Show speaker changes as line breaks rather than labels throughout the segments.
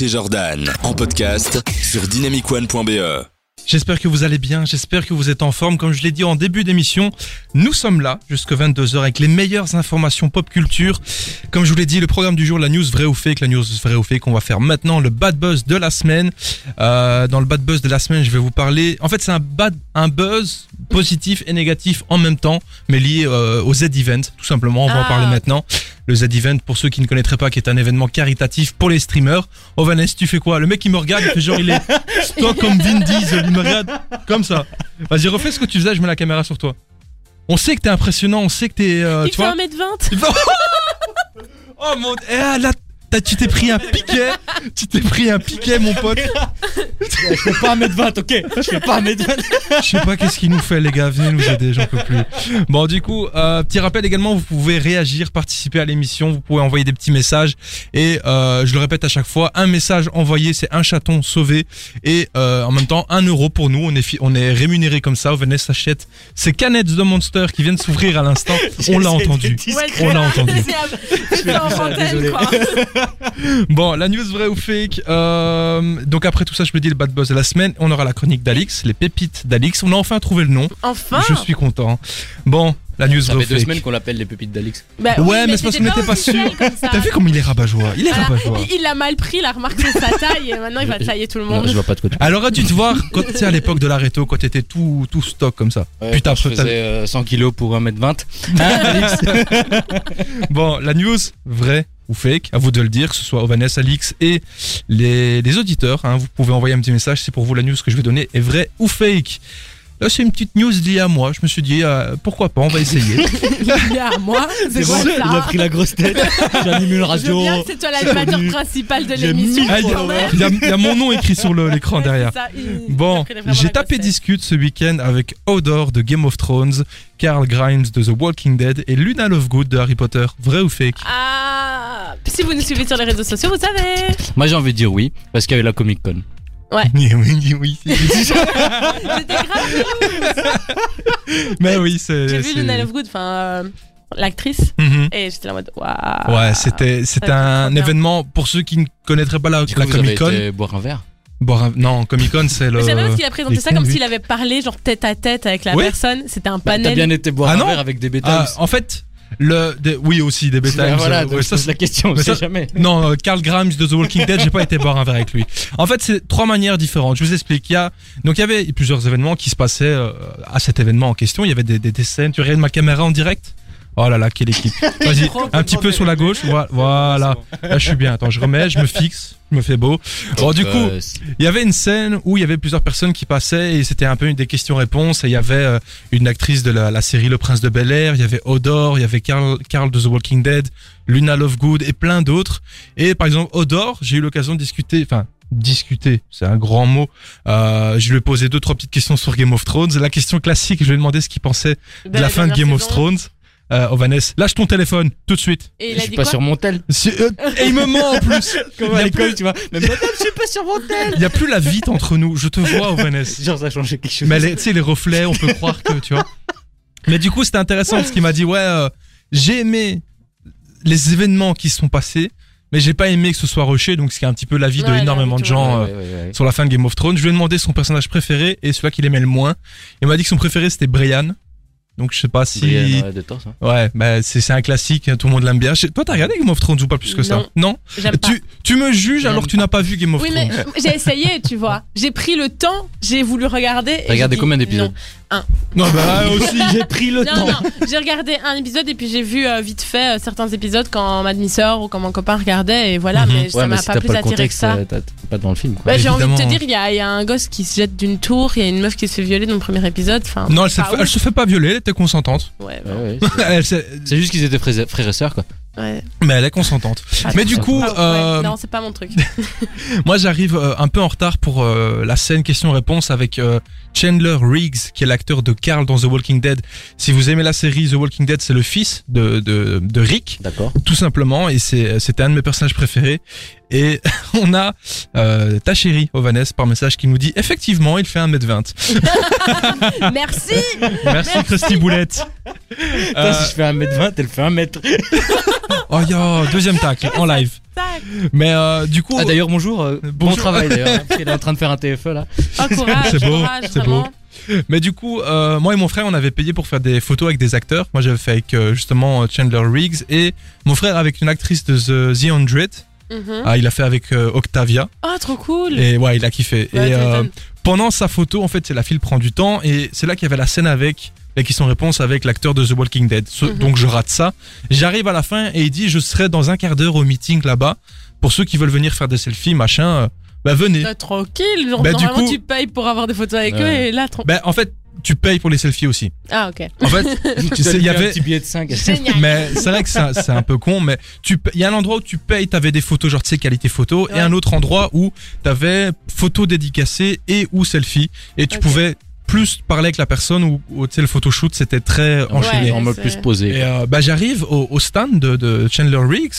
et Jordan en podcast sur dynamicone.be.
J'espère que vous allez bien, j'espère que vous êtes en forme. Comme je l'ai dit en début d'émission, nous sommes là jusqu'à 22h avec les meilleures informations pop culture. Comme je vous l'ai dit, le programme du jour, la news vraie ou fake, la news vraie ou fake qu'on va faire maintenant, le bad buzz de la semaine. Euh, dans le bad buzz de la semaine, je vais vous parler. En fait, c'est un bad, un buzz positif et négatif en même temps, mais lié euh, au Z-Event, tout simplement. On va en
Ah.
parler maintenant. Le Z-Event, pour ceux qui ne connaîtraient pas, qui est un événement caritatif pour les streamers. Oh Vanessa, tu fais quoi Le mec, il me regarde, il fait genre, il est toi comme Vin Diesel, il me regarde comme ça. Vas-y, refais ce que tu faisais, je mets la caméra sur toi. On sait que t'es impressionnant, on sait que t'es. euh,
Il
tu
fait
vois
1m20
Oh mon. Eh, ah, là, t'as- tu t'es pris un piquet. Tu t'es pris un piquet, mon pote.
Je fais pas 1m20, ok Je fais pas 1m20
Je sais pas qu'est-ce qu'il nous fait, les gars. Venez nous aider, j'en peux plus. Bon, du coup, euh, petit rappel également, vous pouvez réagir, participer à l'émission, vous pouvez envoyer des petits messages. Et euh, je le répète à chaque fois, un message envoyé, c'est un chaton sauvé. Et euh, en même temps, un euro pour nous. On est, fi- on est rémunéré comme ça. Vanessa s'achète ces canettes de Monster qui viennent s'ouvrir à l'instant. On l'a entendu. On l'a entendu.
C'est en antenne,
désolé.
quoi.
Bon, la news vraie ou fake. euh, donc après tout ça, je me dis le bad buzz de la semaine. On aura la chronique d'Alix, les pépites d'Alix. On a enfin trouvé le nom.
Enfin
Je suis content. Bon, la news
Ça
vraie ou
fait deux
fake.
semaines qu'on l'appelle les pépites d'Alix.
Bah
Ouais, mais c'est parce qu'on
c'était
n'était pas
officiel
sûr.
comme ça.
Ah, T'as vu comme il est rabat-joie Il est
Voilà.
rabat-joie.
Il- Il l'a mal pris, la remarque de sa taille, et maintenant il va tailler tout le monde.
vois pas de quoi tu
Alors as-tu te voir quand tu sais, à l'époque de la réto, quand t'étais tout tout stock comme ça. Putain,
Putain, je
après, t'as-
faisais euh, 100 kilos pour 1m20.
Bon, la news vraie ou fake, à vous de le dire, que ce soit Ovanes, Alix et les, les auditeurs. hein. vous pouvez envoyer un petit message si pour vous la news que je vais donner est vraie ou fake. Là, c'est une petite news liée à moi. Je me suis dit, euh, pourquoi pas, on va essayer.
Il est à moi, c'est quoi
Il a
ça
pris la grosse tête. J'anime une
Je veux
radio.
bien que c'est toi l'animateur
Salut.
principal de
J'ai
l'émission.
mille
Ah, Il y,
quand même.
a- il y a- il y a mon nom écrit sur le- l'écran
Ouais,
derrière.
c'est ça, il- il a
Bon,
pris vraiment
j'ai
la
tapé
grosse
discute ce week-end avec Odor de Game of Thrones, Carl Grimes de The Walking Dead et Luna Lovegood de Harry Potter. Vrai ou fake
tête. Ah Puis Si vous nous suivez sur les réseaux sociaux, vous savez
Moi j'ai envie de dire oui, parce qu'il y avait la Comic Con.
Mais oui, oui, c'est-
J'étais grave-
Mais oui, c'est.
J'ai vu
c'est-
Luna Lovegood, enfin euh, l'actrice,
Mhm.
et j'étais là en mode waouh
Ouais, c'était c'était
Ah, Ça,
un
trop bien.
événement pour ceux qui ne connaîtraient pas la,
Du coup,
la
vous avez
Comic Con.
été boire un verre
Boire un- non, Comic Con c'est le.
Mais J'aime bien parce qu'il a présenté
les
ça comme
conduites.
s'il avait parlé genre tête à tête avec la
Oui.
personne. C'était un
Bah, T'as
panel.
bien été boire
Ah
un
non
verre avec des
Ah,
bétails
en fait, le des- oui aussi des bêta.
Voilà, donc je pose la question, on
mais
sait
ça-
jamais.
Non, euh, Carl Grimes de The Walking Dead, j'ai pas été boire un verre avec lui. En fait, c'est trois manières différentes. Je vous explique. Il y a, donc il y avait plusieurs événements qui se passaient euh, à cet événement en question. Il y avait des, des, des scènes. Tu regardes ma caméra en direct Oh là là, quelle équipe. Vas-y, un petit peu sur la gauche. Voi- Voilà. Là, je suis bien. Attends, je remets, je me fixe, je me fais beau. Bon, du coup,
Euh, c'est-
il y avait une scène où il y avait plusieurs personnes qui passaient et c'était un peu une des questions-réponses. Et il y avait euh, une actrice de la, la série Le Prince de Bel Air, il y avait Odor, il y avait Carl, Carl de The Walking Dead, Luna Lovegood et plein d'autres. Et par exemple, Odor, j'ai eu l'occasion de discuter, enfin discuter, c'est un grand mot. Euh, je lui ai posé deux trois petites questions sur Game of Thrones. La question classique, je lui ai demandé ce qu'il pensait de la fin de Game
dernière
of
saison.
Thrones. Euh, Ovanes, lâche ton téléphone tout de suite.
Et
Je
il a
suis
dit
pas
quoi
sur mon tel.
Si- euh, et il me ment en plus.
Comme
Il y
à
a
l'école,
plus-
tu vois. Même madame, je suis pas sur mon tel.
Il y a plus la vite entre nous. Je te vois, Ovanes.
Genre, ça a changé quelque chose.
Mais les- tu sais, les reflets, on peut croire que, tu vois. Mais du coup, c'était intéressant parce qu'il m'a dit, ouais, euh, j'ai aimé les événements qui se sont passés, mais j'ai pas aimé que ce soit rushé, donc ce qui est un petit peu l'avis de
Ouais,
énormément de
l'avis de tout le
gens euh,
Ouais, ouais, ouais, ouais.
sur la fin de Game of Thrones. Je lui ai demandé son personnage préféré et celui qu'il aimait le moins. Il m'a dit que son préféré c'était Brian. Donc je sais pas si.
Brienne, ouais, de torse, hein.
Ouais, bah, c'est c'est un classique, tout le monde l'aime bien. Je- Toi, t'as regardé Game of Thrones ou pas plus que ça Non.
J'aime pas.
Tu, tu me juges
J'aime
alors que tu n'as pas vu Game of
Oui, mais
Thrones.
j'ai essayé, tu vois. J'ai pris le temps, j'ai voulu regarder. et
T'as regardé
j'ai dit
combien d'épisodes
Non, bah aussi.
J'ai pris le
Non, non, non. j'ai regardé un épisode et puis j'ai vu euh, vite fait euh, certains épisodes quand ma demi-sœur ou quand mon copain regardait et voilà,
Mhm.
mais ça
Ouais, mais
m'a
si
pas
t'as
plus
pas le
attiré que
contexte,
ça.
euh, t'as- t'es pas dans le film, quoi.
Bah, j'ai envie de te
Évidemment.
dire, il y, a- il y a un gosse qui se jette d'une tour, il y a une meuf qui se fait violer dans le premier épisode. Enfin,
Non, elle se,
pas
fait, elle
ouf.
se fait pas violer, elle était consentante.
Ouais, bah,
Ouais,
ouais,
Ah ouais,
Euh, Elle s'est-
C'est juste qu'ils étaient frères, frères et sœurs quoi.
ouais.
Mais elle est consentante. Ah Mais du
ça
coup,
Ah, ouais,
euh,
Non, c'est pas mon truc.
moi j'arrive euh, un peu en retard pour euh, la scène question-réponse avec euh, Chandler Riggs, qui est l'acteur de Carl dans The Walking Dead. Si vous aimez la série The Walking Dead, c'est le fils de, de, de Rick,
D'accord.
tout simplement, et c'est- c'était un de mes personnages préférés. Et on a euh, ta chérie, Ovanès, par message qui nous dit effectivement, il fait 1m20.
Merci
Merci, Krusty Boulette.
Putain, si je fais 1m20, elle fait 1m.
Euh, oh yo, deuxième tacle en live.
Tac.
Mais euh, du coup,
Ah, d'ailleurs, bonjour. euh, Bon
Bonjour.
travail, d'ailleurs. hein, parce qu'elle est en train de faire un TFE, là.
Oh, courage,
C'est beau,
courage,
c'est
vraiment.
beau. mais du coup, euh, moi et mon frère, on avait payé pour faire des photos avec des acteurs. Moi, j'avais fait avec euh, justement Chandler Riggs et mon frère avec une actrice de The, The 100.
Mhm.
Ah, il a fait avec euh, Octavia
Oh, trop cool Bah,
et ouais, il a kiffé.
Ouais,
et
tu
euh,
m'étonnes.
pendant sa photo, en fait, c'est la file prend du temps et c'est là qu'il y avait la scène avec les questions-réponses avec l'acteur de The Walking Dead. Ce-
Mhm.
Donc je rate ça. J'arrive à la fin et il dit je serai dans un quart d'heure au meeting là-bas pour ceux qui veulent venir faire des selfies, machin. euh, bah venez.
T'es Tranquille, genre,
Bah, du
normalement
coup-
tu payes pour avoir des photos avec eux
Ouais.
et là, trop...
Ben en fait, tu payes pour les selfies aussi.
Ah, ok.
En fait, tu sais, il y
Un
avait
petit billet de 5.
Génial.
mais c'est vrai que c'est un- c'est un peu con, mais tu pa- il y a un endroit où tu payes, t'avais des photos genre tu sais qualité photo, et
Ouais.
un autre endroit où t'avais photos dédicacées et ou selfie, et tu
Ok.
pouvais plus parler avec la personne ou ou, tu sais le photoshoot c'était très enchaîné.
Ouais,
En mode
c'est-
plus posé.
Et euh, bah j'arrive au, au stand de, de Chandler Riggs,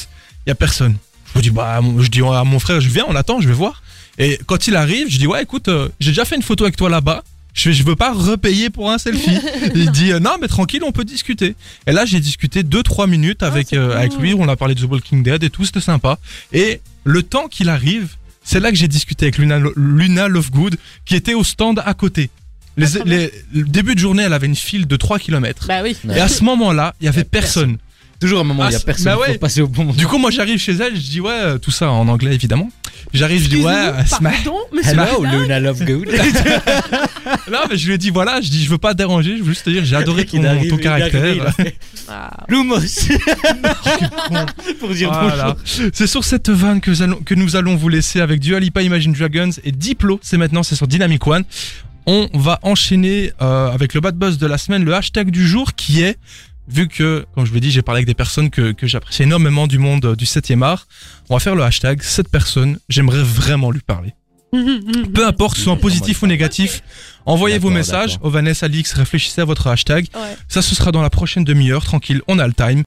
il y a personne. Je me dis bah mon- je dis à mon frère je viens, on attend, je vais voir. Et quand il arrive, je dis ouais écoute, euh, j'ai déjà fait une photo avec toi là-bas. Je, fais, je veux pas repayer pour un selfie. il dit euh, non mais tranquille, on peut discuter. Et là j'ai discuté 2-3 minutes avec
Ah, c'est
euh, avec
cool.
lui, on a parlé de The Walking Dead et tout, c'était sympa. Et le temps qu'il arrive, c'est là que j'ai discuté avec Luna, Lo- Luna Lovegood qui était au stand à côté. Les,
Ah, trop bien.
les- le début de journée, elle avait une file de 3 kilomètres.
Bah oui.
Et à ce moment-là, il y avait personne.
euh, Toujours un moment où il y a
Ah, c'est-
personne.
bah ouais.
Faut passer au bon moment.
Du coup, moi, j'arrive chez elle, je dis ouais, euh, tout ça en anglais évidemment. J'arrive, je dis ouais, euh,
Excuse-nous,
smash.
pardon, mais c'est
Hello,
pas ça.
Luna Lovegood.
Là, mais je lui ai dit voilà, je dis je veux pas te déranger, je veux juste te dire j'ai adoré ton,
Il arrive,
ton
il arrive, il
caractère.
a fait
Ah.
Lumos.
Bon,
Pour dire
voilà.
bonjour.
C'est sur cette vanne que, nous allons- que nous allons vous laisser avec Dua Lipa, Imagine Dragons et Diplo. C'est maintenant, c'est sur Dynamic One. On va enchaîner euh, avec le bad buzz de la semaine, le hashtag du jour qui est, vu que, comme je vous l'ai dit, j'ai parlé avec des personnes que, que j'apprécie énormément du monde euh, du 7e art, on va faire le hashtag cette personne, j'aimerais vraiment lui parler. Peu importe, soit en positif ou négatif, envoyez vos
D'accord,
messages.
d'accord.
Ovanès, Alix, réfléchissez à votre hashtag.
Ouais.
Ça, ce sera dans la prochaine demi-heure. Tranquille, on a le time.